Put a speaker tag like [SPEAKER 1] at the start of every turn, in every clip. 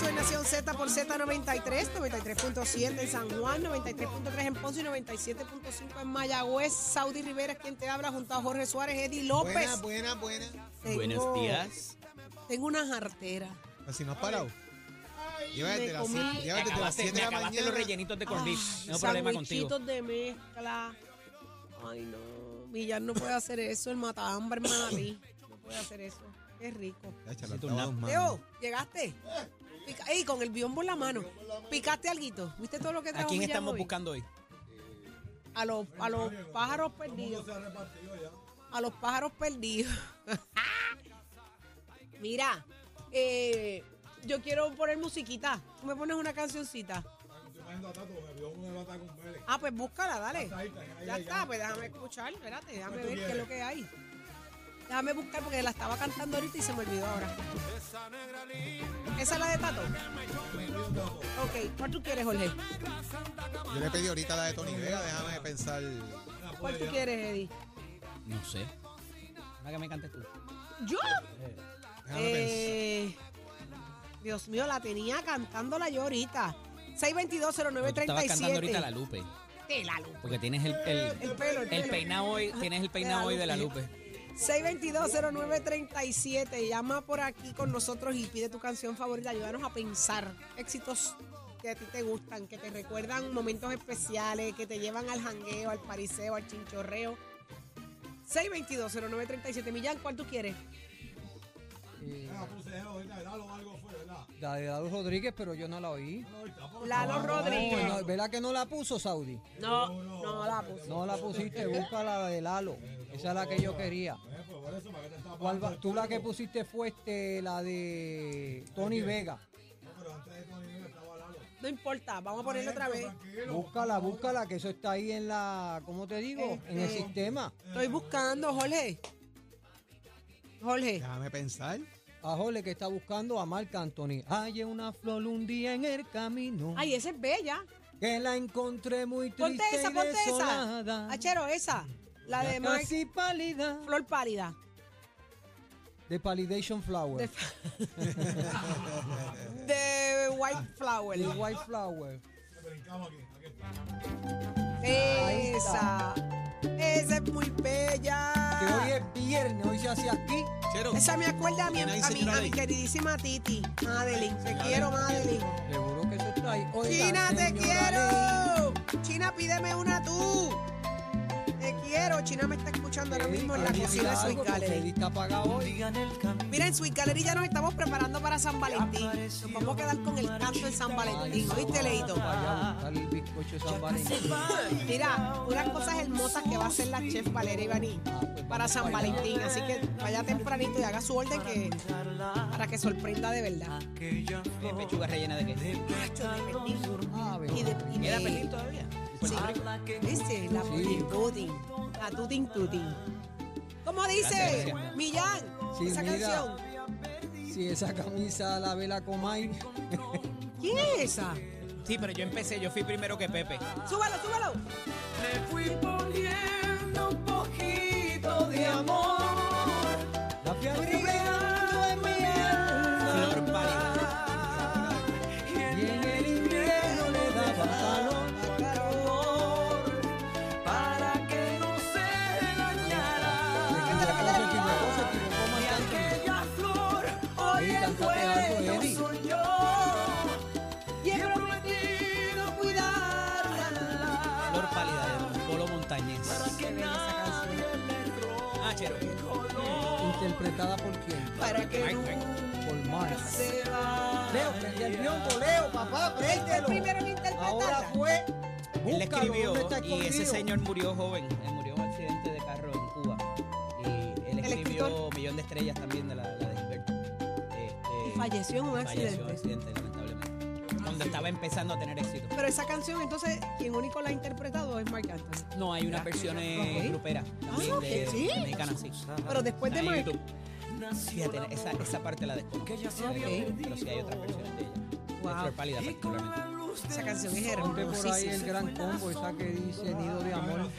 [SPEAKER 1] Z por Z93, 93.7 en San Juan, 93.3 en Ponce y 97.5 en Mayagüez. Saudi Rivera es quien te habla, junto a Jorge Suárez, Eddie López.
[SPEAKER 2] Buena, buena, buena.
[SPEAKER 1] Tengo-
[SPEAKER 3] Buenos días.
[SPEAKER 1] Tengo una jartera.
[SPEAKER 2] Así no has parado. Llévate de las
[SPEAKER 1] comí.
[SPEAKER 2] siete-
[SPEAKER 3] Me
[SPEAKER 2] llévate de las
[SPEAKER 3] acabaste,
[SPEAKER 2] 7
[SPEAKER 3] me
[SPEAKER 2] de la
[SPEAKER 3] acabaste los
[SPEAKER 2] mañana.
[SPEAKER 3] rellenitos
[SPEAKER 1] Ah,
[SPEAKER 3] de corn beef.
[SPEAKER 1] Ay,
[SPEAKER 3] No problema contigo.
[SPEAKER 1] sandwichitos de mezcla. Ay, no. Millán no puede hacer eso. El matambre, hermano. No puede hacer eso. Qué rico.
[SPEAKER 2] Ya, chala,
[SPEAKER 3] Siento un
[SPEAKER 2] estaba
[SPEAKER 3] nap.
[SPEAKER 2] dos manos.
[SPEAKER 1] Teo, ¿llegaste? Pica- Ey, con el biombo en la mano. ¿Picaste alguito? ¿Viste todo lo que
[SPEAKER 3] ¿A
[SPEAKER 1] trajo
[SPEAKER 3] quién
[SPEAKER 1] Millán
[SPEAKER 3] estamos
[SPEAKER 1] hoy?
[SPEAKER 3] buscando hoy?
[SPEAKER 1] A los, a los pájaros perdidos. A los pájaros perdidos. Mira, eh, yo quiero poner musiquita. Tú me pones una cancioncita. Ah, pues búscala, dale. Ya está, pues déjame escuchar. Espérate, déjame ver qué es lo que hay. Déjame buscar porque la estaba cantando ahorita y se me olvidó ahora. Esa es la de Tato. Ok, ¿cuál tú quieres, Jorge?
[SPEAKER 2] Yo le pedí ahorita la de Tony Vega, déjame pensar.
[SPEAKER 1] ¿Cuál tú quieres, Eddie?
[SPEAKER 3] No sé. Ahora que me cantes tú.
[SPEAKER 1] ¿Yo?
[SPEAKER 2] Déjame pensar.
[SPEAKER 1] Eh, Dios mío, la tenía cantándola yo ahorita.
[SPEAKER 3] Pero tú Estabas cantando ahorita la
[SPEAKER 1] 622-0937.
[SPEAKER 3] Lupe.
[SPEAKER 1] De la luz.
[SPEAKER 3] Porque tienes el, el,
[SPEAKER 1] El pelo, el
[SPEAKER 3] el
[SPEAKER 1] pelo.
[SPEAKER 3] peinado hoy, tienes el peinado hoy de la Lupe.
[SPEAKER 1] 622-0937. Llama por aquí con nosotros y pide tu canción favorita. Ayúdanos a pensar éxitos que a ti te gustan, que te recuerdan momentos especiales, que te llevan al jangueo, al pariseo, al chinchorreo. 622-0937. Millán, ¿cuál tú quieres?
[SPEAKER 4] Eh, La de Lalo Rodríguez, pero yo no la oí.
[SPEAKER 1] Lalo Rodríguez.
[SPEAKER 4] No, ¿Verdad que no la puso Saudi?
[SPEAKER 1] No, no la puse.
[SPEAKER 4] No la pusiste, busca la de Lalo. Esa es la que yo quería. ¿Cuál va- Tú la que pusiste fue este, la de Tony Vega.
[SPEAKER 1] No importa, vamos a ponerlo otra vez.
[SPEAKER 4] Búscala, búscala, que eso está ahí en la, ¿cómo te digo? En el
[SPEAKER 1] Este.
[SPEAKER 4] sistema.
[SPEAKER 1] Estoy buscando, Jorge. Jorge.
[SPEAKER 2] Déjame pensar.
[SPEAKER 4] A Jole que está buscando a Marc Anthony. Hay una flor un día en el camino.
[SPEAKER 1] Ay, esa es bella.
[SPEAKER 4] Que la encontré muy triste
[SPEAKER 1] Ponte esa,
[SPEAKER 4] y
[SPEAKER 1] ponte
[SPEAKER 4] desolada.
[SPEAKER 1] esa. Achero, esa. La de Mark,
[SPEAKER 4] Casi pálida.
[SPEAKER 1] Flor Pálida.
[SPEAKER 4] De Palidation Flower.
[SPEAKER 1] De, de White Flower.
[SPEAKER 4] El White Flower.
[SPEAKER 1] Esa. Esa es muy Ah.
[SPEAKER 4] Que hoy
[SPEAKER 1] bella.
[SPEAKER 4] es viernes, hoy se hace aquí.
[SPEAKER 3] Chero,
[SPEAKER 1] Esa me acuerda a mi, a
[SPEAKER 3] ¿Quién ahí
[SPEAKER 1] mi-
[SPEAKER 3] señora
[SPEAKER 1] a mi
[SPEAKER 3] ahí?
[SPEAKER 1] queridísima Titi. Madeline, te quiero, Madeline.
[SPEAKER 4] Seguro que eso está ahí. Oiga,
[SPEAKER 1] China, te
[SPEAKER 4] señora
[SPEAKER 1] quiero. China, pídeme una tú. Te quiero. China me está escuchando ahora
[SPEAKER 4] Ley,
[SPEAKER 1] mismo en la
[SPEAKER 4] Eddie,
[SPEAKER 1] cocina de
[SPEAKER 4] algo,
[SPEAKER 1] Sweet
[SPEAKER 4] porque
[SPEAKER 1] Gallery.
[SPEAKER 4] Eddie está apagado hoy.
[SPEAKER 1] Mira, en Sweet Gallery ya nos estamos preparando para San Valentín. Nos vamos a quedar con el canto en San
[SPEAKER 4] Ay,
[SPEAKER 1] Valentín. ¿Oíste, Leito?
[SPEAKER 4] Vaya a buscar el bizcocho de San Valentín.
[SPEAKER 1] Mira, unas cosas hermosas que va a hacer la chef Valeria Ibaní para San Valentín. Así que vaya tempranito y haga su orden que, para que sorprenda de verdad.
[SPEAKER 3] eh, pechuga rellena de qué?
[SPEAKER 4] Ah, ve.
[SPEAKER 1] Y de, y de-
[SPEAKER 3] ¿Era pernil todavía?
[SPEAKER 1] Sí. ¿Viste? La pudding pudding. La tutin tutin. ¿Cómo dice
[SPEAKER 3] Gracias.
[SPEAKER 1] Millán
[SPEAKER 4] Sí,
[SPEAKER 1] esa
[SPEAKER 4] mira.
[SPEAKER 1] canción?
[SPEAKER 4] Si esa camisa la ve la Comay.
[SPEAKER 1] ¿Quién es esa?
[SPEAKER 3] Sí, pero yo empecé, yo fui primero que Pepe.
[SPEAKER 1] Súbalo, súbalo.
[SPEAKER 5] Le fui poniendo un poquito de amor,
[SPEAKER 4] La fiebre
[SPEAKER 5] brillando en mi alma.
[SPEAKER 3] Flor pálida.
[SPEAKER 5] Y en el invierno le daba calor para que no se dañara.
[SPEAKER 4] se equivocó, se equivocó
[SPEAKER 5] Y
[SPEAKER 4] Marc Anthony.
[SPEAKER 5] aquella flor hoy
[SPEAKER 4] Sí,
[SPEAKER 5] en
[SPEAKER 4] cántate algo,
[SPEAKER 5] dueño
[SPEAKER 4] Eddie.
[SPEAKER 5] soy yo. Y he prometido cuidarla.
[SPEAKER 3] Flor pálida de Polo Montañés.
[SPEAKER 5] Que nadie me robe
[SPEAKER 3] Ah, Chero.
[SPEAKER 5] el color.
[SPEAKER 4] Interpretada por quién?
[SPEAKER 1] Para que
[SPEAKER 3] Mike, Mike.
[SPEAKER 4] Por Marc.
[SPEAKER 5] se va.
[SPEAKER 4] Leo, prende el biombo, Leo, papá,
[SPEAKER 1] el
[SPEAKER 4] préndelo.
[SPEAKER 1] primero en interpretarla.
[SPEAKER 4] Ahora fue.
[SPEAKER 3] Él la
[SPEAKER 4] Búscalo,
[SPEAKER 3] escribió
[SPEAKER 4] ¿dónde está
[SPEAKER 3] y ese
[SPEAKER 4] escondido?
[SPEAKER 3] señor murió joven. Él murió en un accidente de carro en Cuba. Y él escribió
[SPEAKER 1] escritor.
[SPEAKER 3] Millón de Estrellas también de la, la de Gilberto. Este,
[SPEAKER 1] Y falleció en un
[SPEAKER 3] falleció en un
[SPEAKER 1] accidente. Ah,
[SPEAKER 3] accidente, lamentablemente. Cuando estaba empezando a tener éxito.
[SPEAKER 1] Pero esa canción, entonces, quien único la ha interpretado es Marc Anthony.
[SPEAKER 3] No, hay una versión eh,
[SPEAKER 1] Ok.
[SPEAKER 3] grupera también
[SPEAKER 1] Ah,
[SPEAKER 3] de,
[SPEAKER 1] ok, sí.
[SPEAKER 3] de mexicana, sí.
[SPEAKER 1] Pero después de
[SPEAKER 3] Está en
[SPEAKER 1] Marc.
[SPEAKER 3] YouTube. Fíjate, esa, esa parte la desconozco. Eh,
[SPEAKER 1] Ok.
[SPEAKER 3] Pero sí hay otras versiones de ella. De
[SPEAKER 1] Wow.
[SPEAKER 3] Flor Pálida particularmente.
[SPEAKER 1] Esa canción es
[SPEAKER 4] Ponte por ahí el
[SPEAKER 1] hermosísima.
[SPEAKER 4] gran combo, esa que dice Nido de Amor.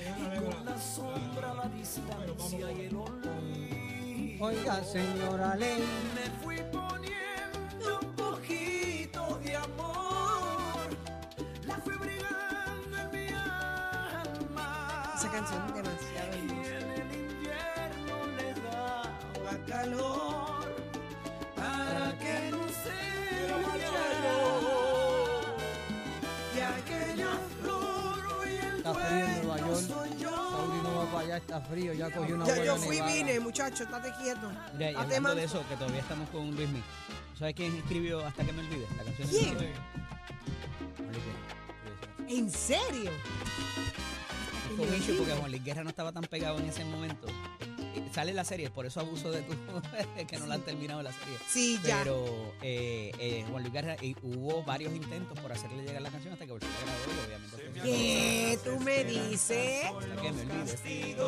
[SPEAKER 4] Oiga, señora Ley,
[SPEAKER 5] Me fui poniendo un poquito de amor.
[SPEAKER 1] Esa canción es demasiado hermosa.
[SPEAKER 5] el invierno le daba calor para que no se marchara y aquella flor y el
[SPEAKER 4] Está frío
[SPEAKER 1] Pues
[SPEAKER 4] en Nueva
[SPEAKER 5] dueño
[SPEAKER 4] York.
[SPEAKER 5] soy yo.
[SPEAKER 4] Saudi no va para allá, está frío, ya cogió una
[SPEAKER 1] Ya
[SPEAKER 4] buena
[SPEAKER 1] yo fui y
[SPEAKER 4] nevada.
[SPEAKER 1] vine, muchacho, estate quieto.
[SPEAKER 3] Mira, y
[SPEAKER 1] Estate
[SPEAKER 3] hablando de
[SPEAKER 1] manso.
[SPEAKER 3] eso, que todavía estamos con Luis Mí. ¿Sabes quién escribió Hasta que me olvide? La canción de
[SPEAKER 1] ¿Quién?
[SPEAKER 3] Luis Miguel. Juan Luis Guerra.
[SPEAKER 1] ¿En serio?
[SPEAKER 3] Y Fue un issue porque Juan Luis Guerra no estaba tan pegado en ese momento. Eh, Sale la serie, por eso abuso de tu que no la han terminado la serie.
[SPEAKER 1] Sí, ya.
[SPEAKER 3] Pero eh, eh, Juan Luis Guerra eh, hubo varios intentos por hacerle llegar la canción hasta que volvió a grabar y obviamente. fue-
[SPEAKER 1] ¿Qué tú me dices?
[SPEAKER 3] Hasta que me olvide.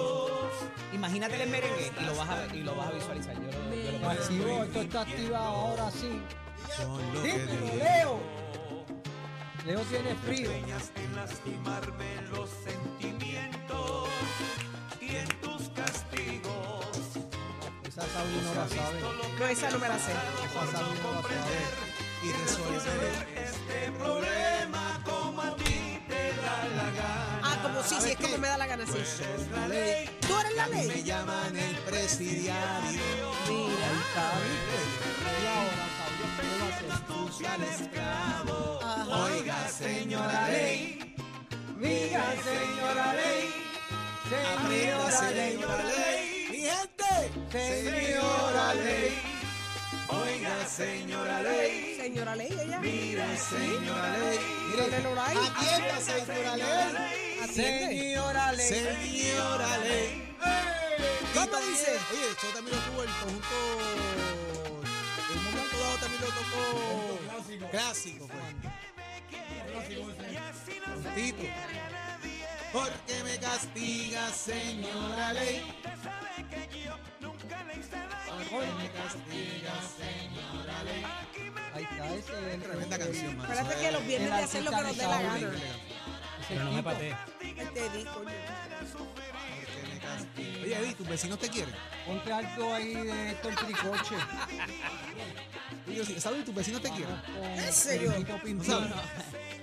[SPEAKER 3] Imagínate el merengue y lo vas a, y lo vas a visualizar. Yo lo, yo lo
[SPEAKER 4] Activó, esto está activado ahora sí.
[SPEAKER 2] Con lo que
[SPEAKER 4] Dímelo,
[SPEAKER 3] eh.
[SPEAKER 2] digo.
[SPEAKER 4] Leo. Leo tiene frío.
[SPEAKER 5] Sueñas en lastimarme los sentimientos y en tus castigos.
[SPEAKER 4] Esa Saudi no la sabe.
[SPEAKER 1] No, esa no me la sé.
[SPEAKER 4] Esa Saudi no la sabe.
[SPEAKER 2] Y resolver
[SPEAKER 5] Este problema como a ti te da la gana.
[SPEAKER 1] Ah, como sí, sí, es como me da la gana, sí.
[SPEAKER 2] la ley.
[SPEAKER 1] ¿Tú eres la
[SPEAKER 2] Me
[SPEAKER 1] ley?
[SPEAKER 2] llaman el presidiario.
[SPEAKER 4] Está, ¿viste? Y ahora Saudi no la sabe.
[SPEAKER 1] Ajá.
[SPEAKER 2] Oiga, señora ley.
[SPEAKER 4] Mira, señora ley.
[SPEAKER 2] Arriba,
[SPEAKER 4] Señora ley.
[SPEAKER 2] señora ley. Mi gente. Señora ley. Oiga, señora ley.
[SPEAKER 1] Señora ley, ella.
[SPEAKER 2] Mira, señora ley.
[SPEAKER 1] Mire, Loray.
[SPEAKER 2] Atienda, señora ley.
[SPEAKER 1] Atiende.
[SPEAKER 2] Señora ley. ¿Cómo
[SPEAKER 1] dice?
[SPEAKER 2] dice? Oye, esto también lo tuvo el conjunto. En un momento dado también lo tocó. Clásico. Clásico, pues. Tito. Porque me castiga, señora ley. Porque me castiga, señora ley.
[SPEAKER 4] Ahí está, ese es
[SPEAKER 2] Tremenda canción, man.
[SPEAKER 1] Acuérdate que los viernes de hacer lo que nos dé la gana.
[SPEAKER 3] Pero no me pateé.
[SPEAKER 1] Te di, coño.
[SPEAKER 2] Porque me castiga. Oye, Eddie, tus vecinos te quieren.
[SPEAKER 4] Ponte alto ahí de Héctor Tricoche.
[SPEAKER 2] Oye, sí, ¿sabes? Tus vecinos te quieren.
[SPEAKER 1] ¿En serio?
[SPEAKER 2] No sabes.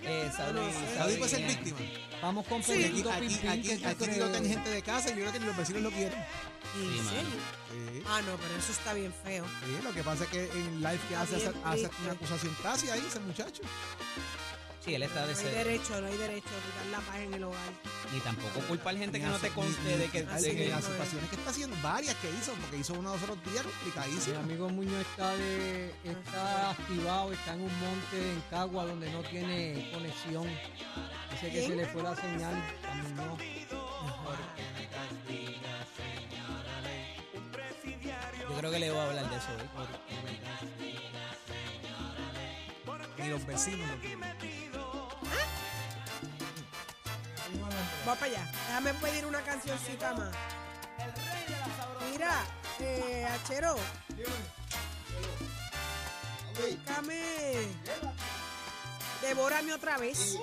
[SPEAKER 3] Eh, Saudi,
[SPEAKER 2] Saudi puede ser
[SPEAKER 3] eh,
[SPEAKER 2] víctima.
[SPEAKER 4] Vamos con
[SPEAKER 1] Sí.
[SPEAKER 2] Aquí,
[SPEAKER 4] Periquito
[SPEAKER 2] aquí,
[SPEAKER 4] Pimpín.
[SPEAKER 2] aquí,
[SPEAKER 4] que
[SPEAKER 2] aquí
[SPEAKER 4] creo-
[SPEAKER 2] tirotean gente de casa y yo creo que ni los vecinos lo quieren.
[SPEAKER 1] ¿En
[SPEAKER 3] mano.
[SPEAKER 1] serio?
[SPEAKER 2] Sí.
[SPEAKER 1] Ah, no, pero eso está bien feo.
[SPEAKER 2] Sí, lo que pasa es que en live que hace, hace,
[SPEAKER 1] Bien
[SPEAKER 2] hace
[SPEAKER 1] triste.
[SPEAKER 2] una acusación casi ahí ese muchacho.
[SPEAKER 3] Sí, él está
[SPEAKER 1] No
[SPEAKER 3] de
[SPEAKER 1] hay
[SPEAKER 3] ser.
[SPEAKER 1] derecho, no hay derecho a quitar la paz en el hogar.
[SPEAKER 3] Ni tampoco culpar gente que no te
[SPEAKER 2] Ni-
[SPEAKER 3] conste de que.
[SPEAKER 2] ni-
[SPEAKER 3] de
[SPEAKER 1] así
[SPEAKER 2] ni
[SPEAKER 3] que-
[SPEAKER 2] las
[SPEAKER 1] mismo es.
[SPEAKER 2] situaciones que está haciendo, varias que hizo, porque hizo una dos otros días
[SPEAKER 4] Mi
[SPEAKER 2] complicadísima.
[SPEAKER 4] amigo Muñoz está, de, está activado, está en un monte en Cagua donde no tiene conexión. Dice que
[SPEAKER 1] ¿Quién?
[SPEAKER 4] se le fue la señal. Caminó.
[SPEAKER 3] Yo creo que le voy a hablar de eso hoy.
[SPEAKER 2] Ni los vecinos lo quieren.
[SPEAKER 1] Va para allá. Déjame pedir una cancioncita más. Mira, eh, Achero. Déjame. Devórame otra vez.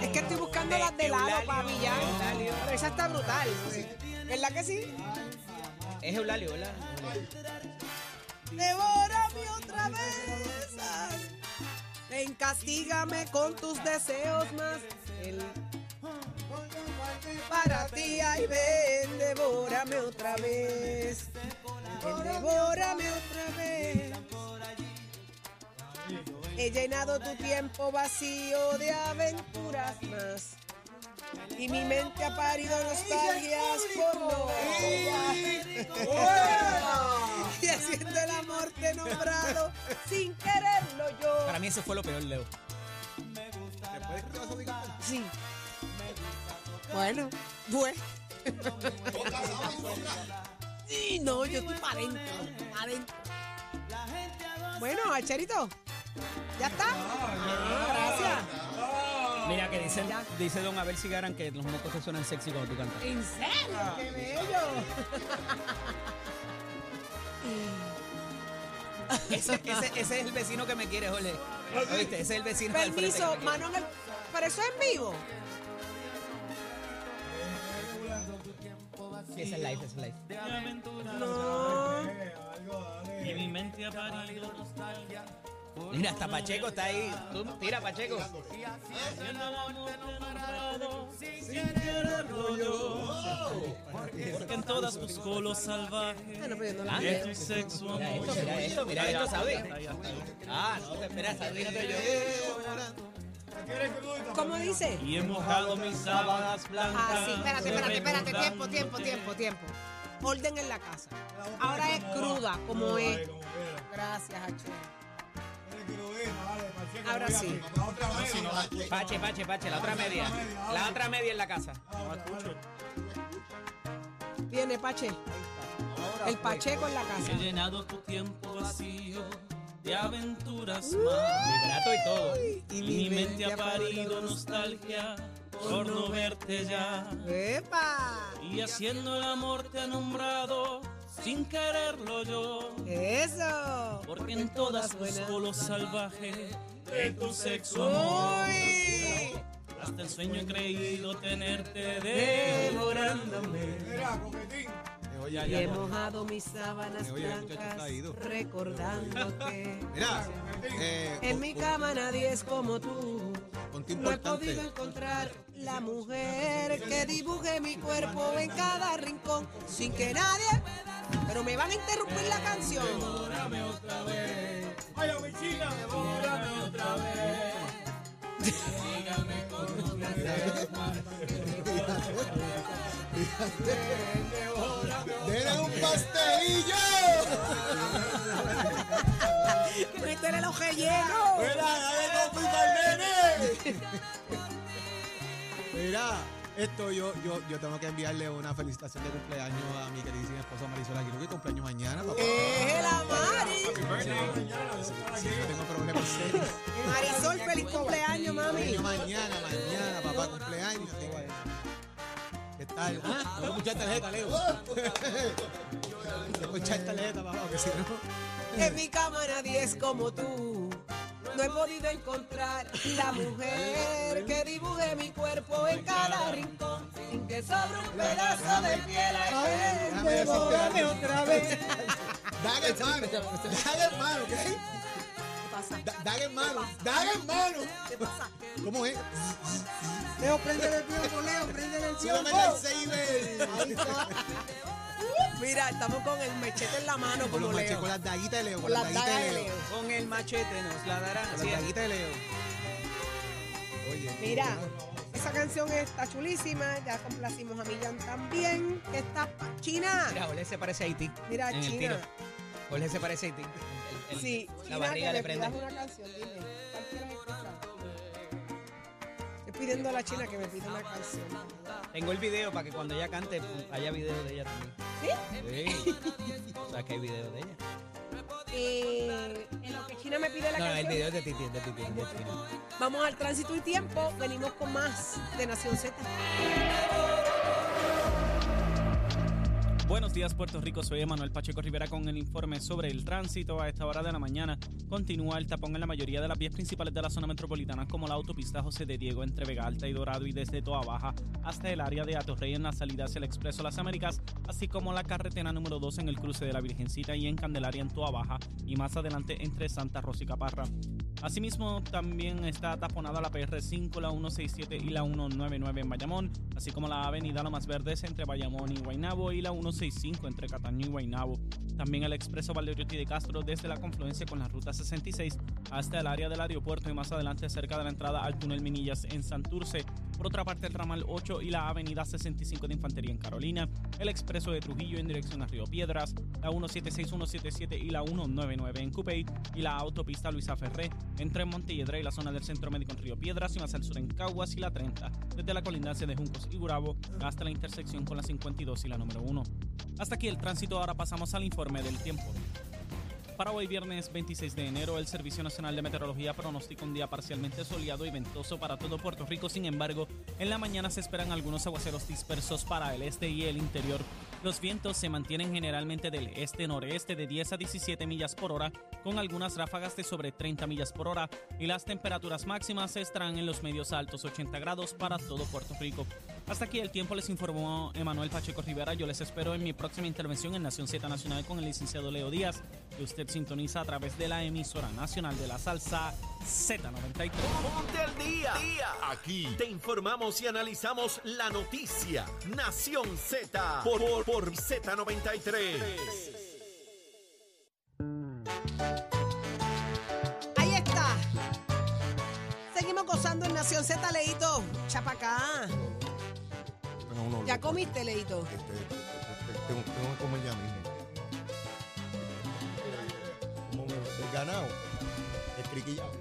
[SPEAKER 1] Es que estoy buscando las de lado, papi, ya. Pero Esa está brutal. ¿Verdad que sí?
[SPEAKER 3] Es Eulalio, ¿verdad?
[SPEAKER 1] Devórame otra vez. ay. Ven, castígame con tus deseos más. El- Para ti, ay, ven, devórame otra vez. Ven, devórame otra vez. He llenado tu tiempo vacío de aventuras más. Y mi mente ha parido nostalgias por no y haciendo el amor te he nombrado sin quererlo yo.
[SPEAKER 3] Para mí ese fue lo peor, Leo.
[SPEAKER 1] Sí. Bueno, bueno. Sí, no, yo estoy para adentro, pa' adentro. Bueno, Acherito, ¿ya está? Ah, gracias.
[SPEAKER 3] Mira que dicen,
[SPEAKER 1] Ya.
[SPEAKER 3] dice Don Abel Cigaran que los mocos te suenan sexy cuando tú cantas.
[SPEAKER 1] ¿En serio? ¡Qué bello!
[SPEAKER 3] Ese, ese- ese es el vecino que me quiere, Jole. ¿Oíste? Ese es el vecino del frente
[SPEAKER 1] Permiso,
[SPEAKER 3] que me quiere.
[SPEAKER 1] mano en el... ¿Pero eso es en vivo?
[SPEAKER 3] Sí, ese es live, ese es live.
[SPEAKER 1] No. Ah,
[SPEAKER 6] Y mi mente ha parido nostalgia
[SPEAKER 3] Mira, hasta Pacheco está ahí. Tú, tira, Pacheco.
[SPEAKER 6] Porque en todas tus colos salvajes
[SPEAKER 1] Ah, no, pero yo no la
[SPEAKER 3] Ah,
[SPEAKER 6] de tu sexo
[SPEAKER 3] Mira esto,
[SPEAKER 6] amor.
[SPEAKER 3] mira esto, mira esto, ¿sabes?
[SPEAKER 6] Ahí está.
[SPEAKER 3] Ah, no, espera, Sabrina te yo.
[SPEAKER 1] ¿Cómo dice?
[SPEAKER 6] Y he mojado mis sábanas blancas.
[SPEAKER 1] Ah, sí, espérate, espérate, espérate.
[SPEAKER 6] remontando.
[SPEAKER 1] Tiempo, tiempo, tiempo, tiempo. Orden en la casa. Ahora es cruda, como es. Gracias, Hacho. Ahora sí.
[SPEAKER 3] Pache, pache, pache, la otra media. La otra media en la casa.
[SPEAKER 1] Viene, Pache. El Pacheco en la casa.
[SPEAKER 6] He llenado tu tiempo vacío de aventuras más.
[SPEAKER 3] Vibrato y todo.
[SPEAKER 6] Y mi mente ha parido nostalgia por no verte ya.
[SPEAKER 1] ¡Epa!
[SPEAKER 6] Y haciendo el amor te ha nombrado sin quererlo yo.
[SPEAKER 1] ¡Eso!
[SPEAKER 6] Porque en todas tus
[SPEAKER 1] buenas-
[SPEAKER 6] colos salvajes de tu sexo amor.
[SPEAKER 1] ¡Uy!
[SPEAKER 6] Hasta el sueño he creído tenerte devorándome.
[SPEAKER 1] Y he mojado mis sábanas blancas recordándote.
[SPEAKER 2] Mira, eh,
[SPEAKER 1] En mi cama nadie es como tú.
[SPEAKER 2] Ponte
[SPEAKER 1] No he
[SPEAKER 2] importante.
[SPEAKER 1] podido encontrar la mujer que dibuje mi cuerpo en cada rincón sin que nadie. Pero me van a interrumpir la canción.
[SPEAKER 2] ¡Denle un pastelillo!
[SPEAKER 1] ¡Métele los rellenos!
[SPEAKER 2] ¡Mira, dale con tu nene! Mira, esto yo, yo, yo tengo que enviarle una felicitación de cumpleaños a mi queridísima esposa Marisol Aguirre, que cumpleaños mañana, papá.
[SPEAKER 1] ¡Es la Mari!
[SPEAKER 2] Sí, no tengo problemas serios.
[SPEAKER 1] Marisol, feliz cumpleaños, mami.
[SPEAKER 2] Cumpleaños mañana, mañana, papá, cumpleaños. ¿Qué tal? Ah, voy a escuchar tarjeta, Leo. Voy a escuchar tarjeta, papá, porque si no...
[SPEAKER 1] En mi cama nadie es como tú. No he podido encontrar la mujer que dibuje mi cuerpo en cada rincón. Sin que sobre un pedazo de piel hay gente
[SPEAKER 2] déjame decirte
[SPEAKER 1] volando.
[SPEAKER 2] algo. Dale, hermano. Dale, hermano, ¿ok?
[SPEAKER 1] ¿Qué pasa?
[SPEAKER 2] Da- Dale, hermano. Dale, hermano.
[SPEAKER 1] ¿Qué pasa?
[SPEAKER 2] ¿Cómo es?
[SPEAKER 4] Leo, prende el tiempo, Leo, prende el
[SPEAKER 2] Súbeme
[SPEAKER 4] tiempo.
[SPEAKER 2] el 6 de...
[SPEAKER 1] Mira, estamos con el mechete en la mano
[SPEAKER 2] Con
[SPEAKER 1] como
[SPEAKER 2] los machetes,
[SPEAKER 1] Leo.
[SPEAKER 2] con las daguitas de Leo.
[SPEAKER 1] Con
[SPEAKER 2] Con las
[SPEAKER 1] las
[SPEAKER 2] daguitas
[SPEAKER 1] dagas
[SPEAKER 2] de
[SPEAKER 1] de
[SPEAKER 2] Leo.
[SPEAKER 1] Leo.
[SPEAKER 3] Con el machete nos la darán.
[SPEAKER 2] Con
[SPEAKER 3] así
[SPEAKER 2] las
[SPEAKER 3] es.
[SPEAKER 2] daguitas de Leo. Oye.
[SPEAKER 1] Mira, esa canción está chulísima. Ya complacimos a Millán también. ¿Qué está pa- China?
[SPEAKER 3] Mira, Jorge se parece a Haití.
[SPEAKER 1] Mira,
[SPEAKER 3] en el
[SPEAKER 1] China.
[SPEAKER 3] tiro. Jorge se parece a Haití. El- el-
[SPEAKER 1] Sí,
[SPEAKER 3] la
[SPEAKER 1] China,
[SPEAKER 3] barriga
[SPEAKER 1] que
[SPEAKER 3] le
[SPEAKER 1] me
[SPEAKER 3] prende.
[SPEAKER 1] pidas una canción, dime. ¿Cuál quieres escuchar? Estoy pidiendo a la China que me pida una canción.
[SPEAKER 3] Tengo el video para que cuando ella cante haya video de ella también. ¿Sí? o sea, que hay video de ella.
[SPEAKER 1] Eh, en lo que China me pide la
[SPEAKER 3] No, el
[SPEAKER 1] canción,
[SPEAKER 3] video es de Titi, es de Titi. es de Titi.
[SPEAKER 1] vamos al tránsito y tiempo. Venimos con más de Nación Z.
[SPEAKER 6] Buenos días Puerto Rico, soy Emanuel Pacheco Rivera con el informe sobre el tránsito. A esta hora de la mañana continúa el tapón en la mayoría de las vías principales de la zona metropolitana como la autopista José de Diego entre Vega Alta y Dorado y desde Toa Baja hasta el área de Atorrey en la salida hacia el Expreso Las Américas, así como la carretera número 2 en el cruce de la Virgencita y en Candelaria en Toa Baja y más adelante entre Santa Rosa y Caparra. Asimismo, también está taponada la PR5, la 167 y la 199 en Bayamón, así como la avenida Lomas Verdes entre Bayamón y Guaynabo y la 165 entre Cataño y Guaynabo. También el expreso Valeriotti de Castro desde la confluencia con la ruta 66 hasta el área del aeropuerto y más adelante cerca de la entrada al túnel Minillas en Santurce. Por otra parte, el ramal 8 y la avenida 65 de Infantería en Carolina, el expreso de Trujillo en dirección a Río Piedras, la 176, 177 y la 199 en Cupey y la autopista Luisa Ferré entre Montelledra y la zona del Centro Médico en Río Piedras y más al sur en Caguas y la 30, desde la colindancia de Juncos y Gurabo hasta la intersección con la 52 y la número 1. Hasta aquí el tránsito, ahora pasamos al informe del tiempo. Para hoy viernes 26 de enero, el Servicio Nacional de Meteorología pronostica un día parcialmente soleado y ventoso para todo Puerto Rico. Sin embargo, en la mañana se esperan algunos aguaceros dispersos para el este y el interior. Los vientos se mantienen generalmente del este-noreste de 10 a 17 millas por hora, con algunas ráfagas de sobre 30 millas por hora, y las temperaturas máximas estarán en los medios a altos 80 grados para todo Puerto Rico. Hasta aquí el tiempo les informó Emanuel Pacheco Rivera. Yo les espero en mi próxima intervención en Nación Z Nacional con el licenciado Leo Díaz. que usted sintoniza a través de la emisora nacional de la salsa Z93.
[SPEAKER 5] Ponte al día. Aquí te informamos y analizamos la noticia. Nación Z por, por, por Z93.
[SPEAKER 1] Ahí está. Seguimos gozando en Nación Z, Leito. Chapa acá.
[SPEAKER 7] Tengo un olor.
[SPEAKER 1] ¿Ya comiste, Leito?
[SPEAKER 7] Este, este, este, tengo, tengo que comer ya mismo. Como me- el ganado, el criquillado.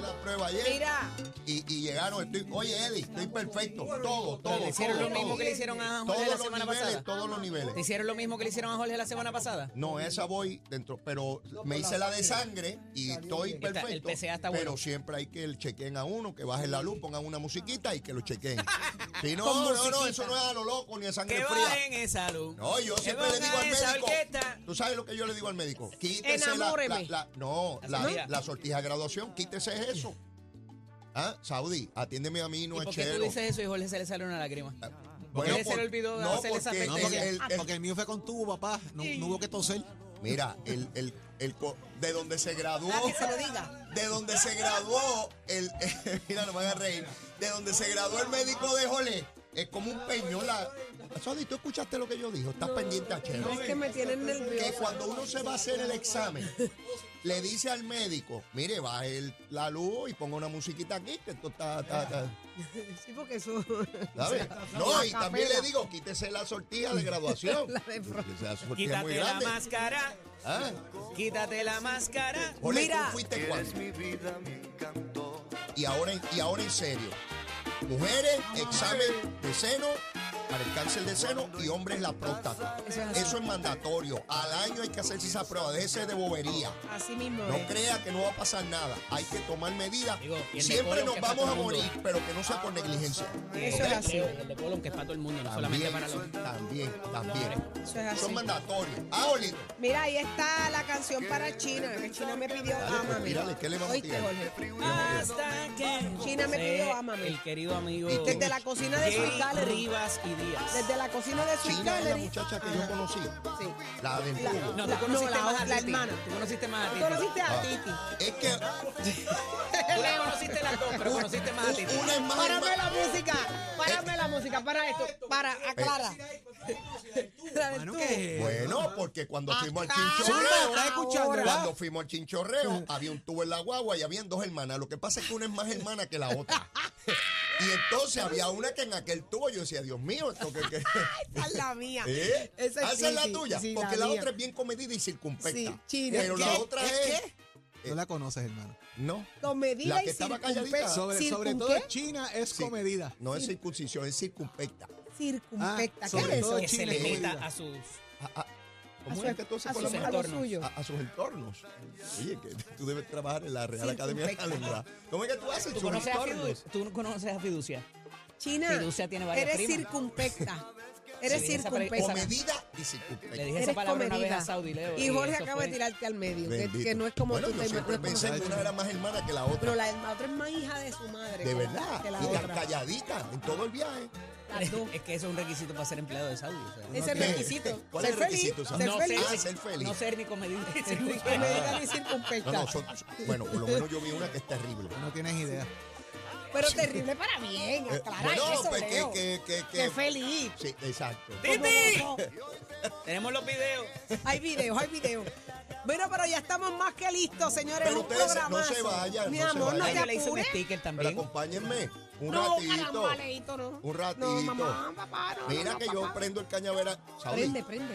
[SPEAKER 7] La prueba ayer
[SPEAKER 1] Mira,
[SPEAKER 7] y, y llegaron, estoy, oye Eddie, estoy perfecto, todo, todo.
[SPEAKER 3] ¿Le hicieron
[SPEAKER 7] todo,
[SPEAKER 3] lo mismo
[SPEAKER 7] todo.
[SPEAKER 3] que le hicieron a
[SPEAKER 7] Todos
[SPEAKER 3] Jorge la
[SPEAKER 7] los
[SPEAKER 3] semana
[SPEAKER 7] niveles,
[SPEAKER 3] pasada?
[SPEAKER 7] Todos los niveles.
[SPEAKER 3] ¿Te hicieron lo mismo que le hicieron a Jorge la semana pasada?
[SPEAKER 7] No, esa voy dentro, pero me hice la de sangre y estoy
[SPEAKER 3] bien. Está-
[SPEAKER 7] perfecto.
[SPEAKER 3] el PCA está
[SPEAKER 7] pero
[SPEAKER 3] bueno.
[SPEAKER 7] siempre hay que el chequen a uno, que bajen la luz, pongan una musiquita y que lo chequen. Si no,
[SPEAKER 3] Con
[SPEAKER 7] no, no,
[SPEAKER 3] musiquita.
[SPEAKER 7] eso no es a lo loco ni a sangre
[SPEAKER 3] Que
[SPEAKER 7] fría.
[SPEAKER 3] bajen esa luz.
[SPEAKER 7] No, yo
[SPEAKER 3] Que
[SPEAKER 7] siempre le
[SPEAKER 3] pongan
[SPEAKER 7] digo al
[SPEAKER 3] esa
[SPEAKER 7] médico.
[SPEAKER 3] orquesta.
[SPEAKER 7] ¿Tú sabes lo que yo le digo al médico? Quítese la, la,
[SPEAKER 1] Enamóreme.
[SPEAKER 7] la- no,
[SPEAKER 3] La
[SPEAKER 7] la,
[SPEAKER 3] sortija.
[SPEAKER 7] la sortija de graduación, quítese eso. ¿Ah? Saudi, atiéndeme a mí, no
[SPEAKER 3] ¿Y
[SPEAKER 7] es
[SPEAKER 3] por qué tú
[SPEAKER 7] chero.
[SPEAKER 3] dices eso y Jorge se le sale una lágrima?
[SPEAKER 7] Bueno,
[SPEAKER 3] él se le olvidó
[SPEAKER 7] no,
[SPEAKER 3] hacerle esa
[SPEAKER 7] porque
[SPEAKER 2] No,
[SPEAKER 3] Este,
[SPEAKER 2] porque,
[SPEAKER 7] el-
[SPEAKER 2] ah,
[SPEAKER 7] el-
[SPEAKER 2] porque el mío fue con tubo, papá. No, no hubo que toser.
[SPEAKER 7] Mira, el, el, el co- de donde se graduó.
[SPEAKER 1] Ah, que se lo diga.
[SPEAKER 7] De donde se graduó el. mira, no me hagas reír. De donde se graduó el médico de Jolé. Es como un peñola. Sodi, tú escuchaste lo que yo dijo. Estás pendiente a Chelo.
[SPEAKER 1] es que me tienen
[SPEAKER 7] Que
[SPEAKER 1] nervioso.
[SPEAKER 7] cuando uno se va a hacer el examen, le dice al médico: Mire, baje el- la luz y ponga una musiquita aquí, que esto está. está- está-
[SPEAKER 1] Sí, porque eso.
[SPEAKER 7] ¿sabes? No, y también le digo: quítese la sortija de graduación.
[SPEAKER 1] La de Fro-
[SPEAKER 7] Porque esa sortija es muy
[SPEAKER 3] Quítate la
[SPEAKER 7] grande.
[SPEAKER 3] máscara,
[SPEAKER 7] ¿Ah?
[SPEAKER 3] quítate la máscara.
[SPEAKER 7] Ole,
[SPEAKER 1] Mira.
[SPEAKER 7] ¿tú fuiste cuándo? Y ahora, en- y ahora en serio. Mujeres, examen de seno para el cáncer de seno y hombres la próstata. Eso es mandatorio. Al año hay que hacerse esa prueba. Déjese de bobería.
[SPEAKER 1] Así mismo.
[SPEAKER 7] No
[SPEAKER 1] es.
[SPEAKER 7] crea que no va a pasar nada. Hay que tomar medidas.
[SPEAKER 3] Digo, y el
[SPEAKER 7] Siempre
[SPEAKER 3] decoro
[SPEAKER 7] nos
[SPEAKER 3] que
[SPEAKER 7] vamos
[SPEAKER 3] pasa
[SPEAKER 7] a
[SPEAKER 3] en el mundo.
[SPEAKER 7] morir, pero que no sea por negligencia.
[SPEAKER 1] Eso es así.
[SPEAKER 3] El de colon que es para todo el mundo, no solamente
[SPEAKER 7] También,
[SPEAKER 3] para los...
[SPEAKER 7] también, también.
[SPEAKER 1] Eso es
[SPEAKER 7] Son
[SPEAKER 1] así.
[SPEAKER 7] mandatorios. Ah, Olito.
[SPEAKER 1] Mira, ahí está la canción para China, que China me pidió
[SPEAKER 7] pues,
[SPEAKER 1] Ámame.
[SPEAKER 7] mírale, ¿qué le vamos a
[SPEAKER 1] Oíste,
[SPEAKER 7] tirar?
[SPEAKER 1] Jorge.
[SPEAKER 3] Hasta que...
[SPEAKER 1] China me pidió
[SPEAKER 3] Eh,
[SPEAKER 1] Ámame.
[SPEAKER 3] El querido amigo...
[SPEAKER 7] ¿Y qué
[SPEAKER 1] Desde la cocina de Sweet
[SPEAKER 3] Jerry
[SPEAKER 1] Gallery.
[SPEAKER 3] Rivas y Díaz.
[SPEAKER 1] Desde la cocina de Sweet
[SPEAKER 7] China es la
[SPEAKER 1] Gallery.
[SPEAKER 7] muchacha que yo
[SPEAKER 1] Ajá,
[SPEAKER 7] conocí.
[SPEAKER 1] Sí.
[SPEAKER 7] La del
[SPEAKER 1] La-
[SPEAKER 7] tubo.
[SPEAKER 3] No, tú
[SPEAKER 1] La-
[SPEAKER 3] conociste
[SPEAKER 1] "Ah, no, la-
[SPEAKER 3] más a
[SPEAKER 1] la
[SPEAKER 3] Titi.
[SPEAKER 1] hermana.
[SPEAKER 3] Tú conociste más a
[SPEAKER 1] ¿Tú
[SPEAKER 3] Titi.
[SPEAKER 1] conociste
[SPEAKER 7] Ah.
[SPEAKER 1] a Titi?
[SPEAKER 7] Es que
[SPEAKER 3] Tú le conociste las dos, pero conociste más a Titi.
[SPEAKER 7] una es más
[SPEAKER 1] Párame la música. Párame la música. Para esto. Para,
[SPEAKER 7] Eh.
[SPEAKER 1] aclara.
[SPEAKER 7] pues,
[SPEAKER 1] La del
[SPEAKER 2] Mano,
[SPEAKER 1] tubo.
[SPEAKER 2] ¿qué?
[SPEAKER 7] Bueno, porque cuando fuimos al
[SPEAKER 2] Zumba,
[SPEAKER 7] chinchorreo,
[SPEAKER 2] está escuchando,
[SPEAKER 1] Ahora.
[SPEAKER 2] ¿verdad?
[SPEAKER 7] cuando fuimos al chinchorreo, había un tubo en la guagua y habían dos hermanas. Lo que pasa es que una es más hermana que la otra. Y entonces había una que en aquel tubo yo decía, Dios mío, esto que. que-
[SPEAKER 1] Esa es la mía.
[SPEAKER 7] ¿Eh?
[SPEAKER 1] Esa es
[SPEAKER 7] Ah, esa es la
[SPEAKER 1] Titi.
[SPEAKER 7] tuya,
[SPEAKER 1] Sí,
[SPEAKER 7] porque la,
[SPEAKER 1] mía.
[SPEAKER 7] otra es bien comedida y circunspecta.
[SPEAKER 1] Sí, China.
[SPEAKER 7] Pero la
[SPEAKER 1] ¿Qué?
[SPEAKER 7] otra
[SPEAKER 2] ¿Qué?
[SPEAKER 7] es.
[SPEAKER 2] No la conoces, hermano.
[SPEAKER 7] No.
[SPEAKER 1] Comedida
[SPEAKER 7] La que
[SPEAKER 1] y
[SPEAKER 7] estaba
[SPEAKER 1] circunpe-
[SPEAKER 7] calladita.
[SPEAKER 2] Sobre, sobre
[SPEAKER 1] ¿Circun
[SPEAKER 2] todo
[SPEAKER 1] qué?
[SPEAKER 2] China es
[SPEAKER 7] Sí.
[SPEAKER 2] comedida.
[SPEAKER 7] No es circuncisión, es circunspecta.
[SPEAKER 1] circunspecta.
[SPEAKER 2] Ah,
[SPEAKER 1] ¿Qué es
[SPEAKER 2] sobre
[SPEAKER 1] eso?
[SPEAKER 2] todo
[SPEAKER 3] Que se
[SPEAKER 2] China es
[SPEAKER 3] limita
[SPEAKER 2] comedida.
[SPEAKER 3] a sus...
[SPEAKER 7] Ah, ah, ¿Cómo
[SPEAKER 1] su-
[SPEAKER 7] es que tú haces
[SPEAKER 1] a
[SPEAKER 7] con
[SPEAKER 1] sus
[SPEAKER 7] la mano?
[SPEAKER 1] a lo suyo.
[SPEAKER 3] Ah,
[SPEAKER 7] a, a sus entornos. Oye, que tú debes trabajar en la Real Academia de la Lengua. ¿Cómo es que tú haces
[SPEAKER 3] ¿Tú
[SPEAKER 7] sus
[SPEAKER 3] conoces a
[SPEAKER 7] entornos?
[SPEAKER 3] Fiducia? ¿Tú conoces a Fiducia?
[SPEAKER 1] China,
[SPEAKER 3] Fiducia tiene varias
[SPEAKER 1] eres
[SPEAKER 3] primas.
[SPEAKER 1] circunspecta. Eres
[SPEAKER 3] Sí, esa pare-
[SPEAKER 1] circunspecta.
[SPEAKER 3] esa-
[SPEAKER 7] Comedida y
[SPEAKER 3] Le
[SPEAKER 7] circunspecta.
[SPEAKER 3] dije esa
[SPEAKER 1] Eres
[SPEAKER 3] palabra una vez
[SPEAKER 1] comedida.
[SPEAKER 3] a Saudi Leo.
[SPEAKER 1] Y Jorge
[SPEAKER 3] eso
[SPEAKER 1] acaba de
[SPEAKER 3] fue-
[SPEAKER 1] tirarte al medio, que,
[SPEAKER 7] Bendito.
[SPEAKER 1] que no es como
[SPEAKER 7] bueno,
[SPEAKER 1] tú
[SPEAKER 7] yo
[SPEAKER 1] te
[SPEAKER 7] siempre
[SPEAKER 1] imaginas
[SPEAKER 7] pensé
[SPEAKER 1] como-
[SPEAKER 7] que una era más hermana que la
[SPEAKER 1] Pero
[SPEAKER 7] otra.
[SPEAKER 1] la, la otra es más hija de su madre.
[SPEAKER 7] de
[SPEAKER 1] que la-
[SPEAKER 7] verdad.
[SPEAKER 1] Que la
[SPEAKER 7] y tan
[SPEAKER 1] otra.
[SPEAKER 7] calladita en todo el viaje.
[SPEAKER 1] Las dos.
[SPEAKER 3] Es que eso es un requisito para ser empleado de Saudi. o
[SPEAKER 1] Ese
[SPEAKER 3] sea,
[SPEAKER 1] Ah, es
[SPEAKER 7] ¿Qué?
[SPEAKER 1] el requisito.
[SPEAKER 7] ¿Cuál
[SPEAKER 1] ser
[SPEAKER 7] es el requisito?
[SPEAKER 1] feliz.
[SPEAKER 7] Saudi?
[SPEAKER 1] Ser
[SPEAKER 3] No
[SPEAKER 1] feliz.
[SPEAKER 7] Ah, ser feliz.
[SPEAKER 3] No ser ni comedido.
[SPEAKER 1] Comedida ni
[SPEAKER 7] No,
[SPEAKER 1] circunspecta.
[SPEAKER 7] no, son- bueno, por lo menos yo vi una que es terrible.
[SPEAKER 2] No tienes idea.
[SPEAKER 1] Pero terrible para bien,
[SPEAKER 7] Eh,
[SPEAKER 1] aclara
[SPEAKER 7] bueno,
[SPEAKER 1] eso,
[SPEAKER 7] pues que,
[SPEAKER 1] Leo.
[SPEAKER 7] que, que,
[SPEAKER 1] Qué
[SPEAKER 7] que-
[SPEAKER 1] feliz.
[SPEAKER 7] Sí, exacto.
[SPEAKER 3] ¡Titi!
[SPEAKER 1] ¿Cómo no?
[SPEAKER 3] Tenemos los videos.
[SPEAKER 1] Hay videos, hay videos. Bueno, pero ya estamos más que listos, señores.
[SPEAKER 7] Pero
[SPEAKER 1] un
[SPEAKER 7] ustedes no
[SPEAKER 1] programazo.
[SPEAKER 7] se vayan,
[SPEAKER 1] Mi
[SPEAKER 7] no se
[SPEAKER 1] amor,
[SPEAKER 7] vayan.
[SPEAKER 1] no
[SPEAKER 3] Ay,
[SPEAKER 1] te
[SPEAKER 3] yo le hice un
[SPEAKER 1] apures.
[SPEAKER 3] sticker
[SPEAKER 7] Pero
[SPEAKER 3] también.
[SPEAKER 7] acompáñenme un
[SPEAKER 1] No,
[SPEAKER 7] ratito.
[SPEAKER 1] caramba, Leito, no.
[SPEAKER 7] Un
[SPEAKER 1] No,
[SPEAKER 7] ratito.
[SPEAKER 1] mamá, papá, no.
[SPEAKER 7] Mira
[SPEAKER 1] no,
[SPEAKER 7] que
[SPEAKER 1] papá.
[SPEAKER 7] yo prendo el cañavera. Saudi,
[SPEAKER 1] Prende, prende.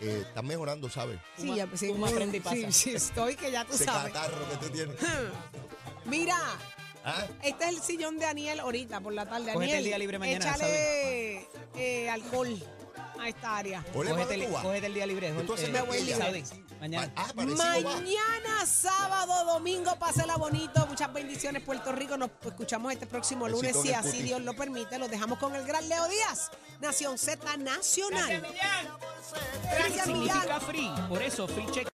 [SPEAKER 7] eh, estás mejorando, ¿sabes?
[SPEAKER 1] Sí, ya, pues, sí,
[SPEAKER 3] Fuma, prende y pasa.
[SPEAKER 1] sí, sí, estoy que ya tú
[SPEAKER 7] Ese
[SPEAKER 1] sabes.
[SPEAKER 7] catarro que tú tienes.
[SPEAKER 1] Mira,
[SPEAKER 7] ¿Ah?
[SPEAKER 1] este es el sillón de Aniel ahorita por la tarde.
[SPEAKER 3] Cógete
[SPEAKER 1] Aniel,
[SPEAKER 3] el día libre mañana,
[SPEAKER 1] échale eh, alcohol a esta área.
[SPEAKER 7] Ole,
[SPEAKER 3] Cógete el,
[SPEAKER 7] Manu, tú vas.
[SPEAKER 3] cógete el día libre.
[SPEAKER 7] Tú haces
[SPEAKER 3] eh,
[SPEAKER 7] la huelga.
[SPEAKER 3] Saudi, Mañana.
[SPEAKER 7] Ah, parecido va.
[SPEAKER 1] Mañana, sábado, domingo, pásela bonito. Muchas bendiciones, Puerto Rico. Nos escuchamos este próximo
[SPEAKER 7] Besito
[SPEAKER 1] lunes,
[SPEAKER 7] en
[SPEAKER 1] si
[SPEAKER 7] el
[SPEAKER 1] así
[SPEAKER 7] cutis.
[SPEAKER 1] Dios lo permite. Los dejamos con el gran Leo Díaz, Nación Z Nacional. Gracias, Millán.
[SPEAKER 3] Significa free. Por eso, free check.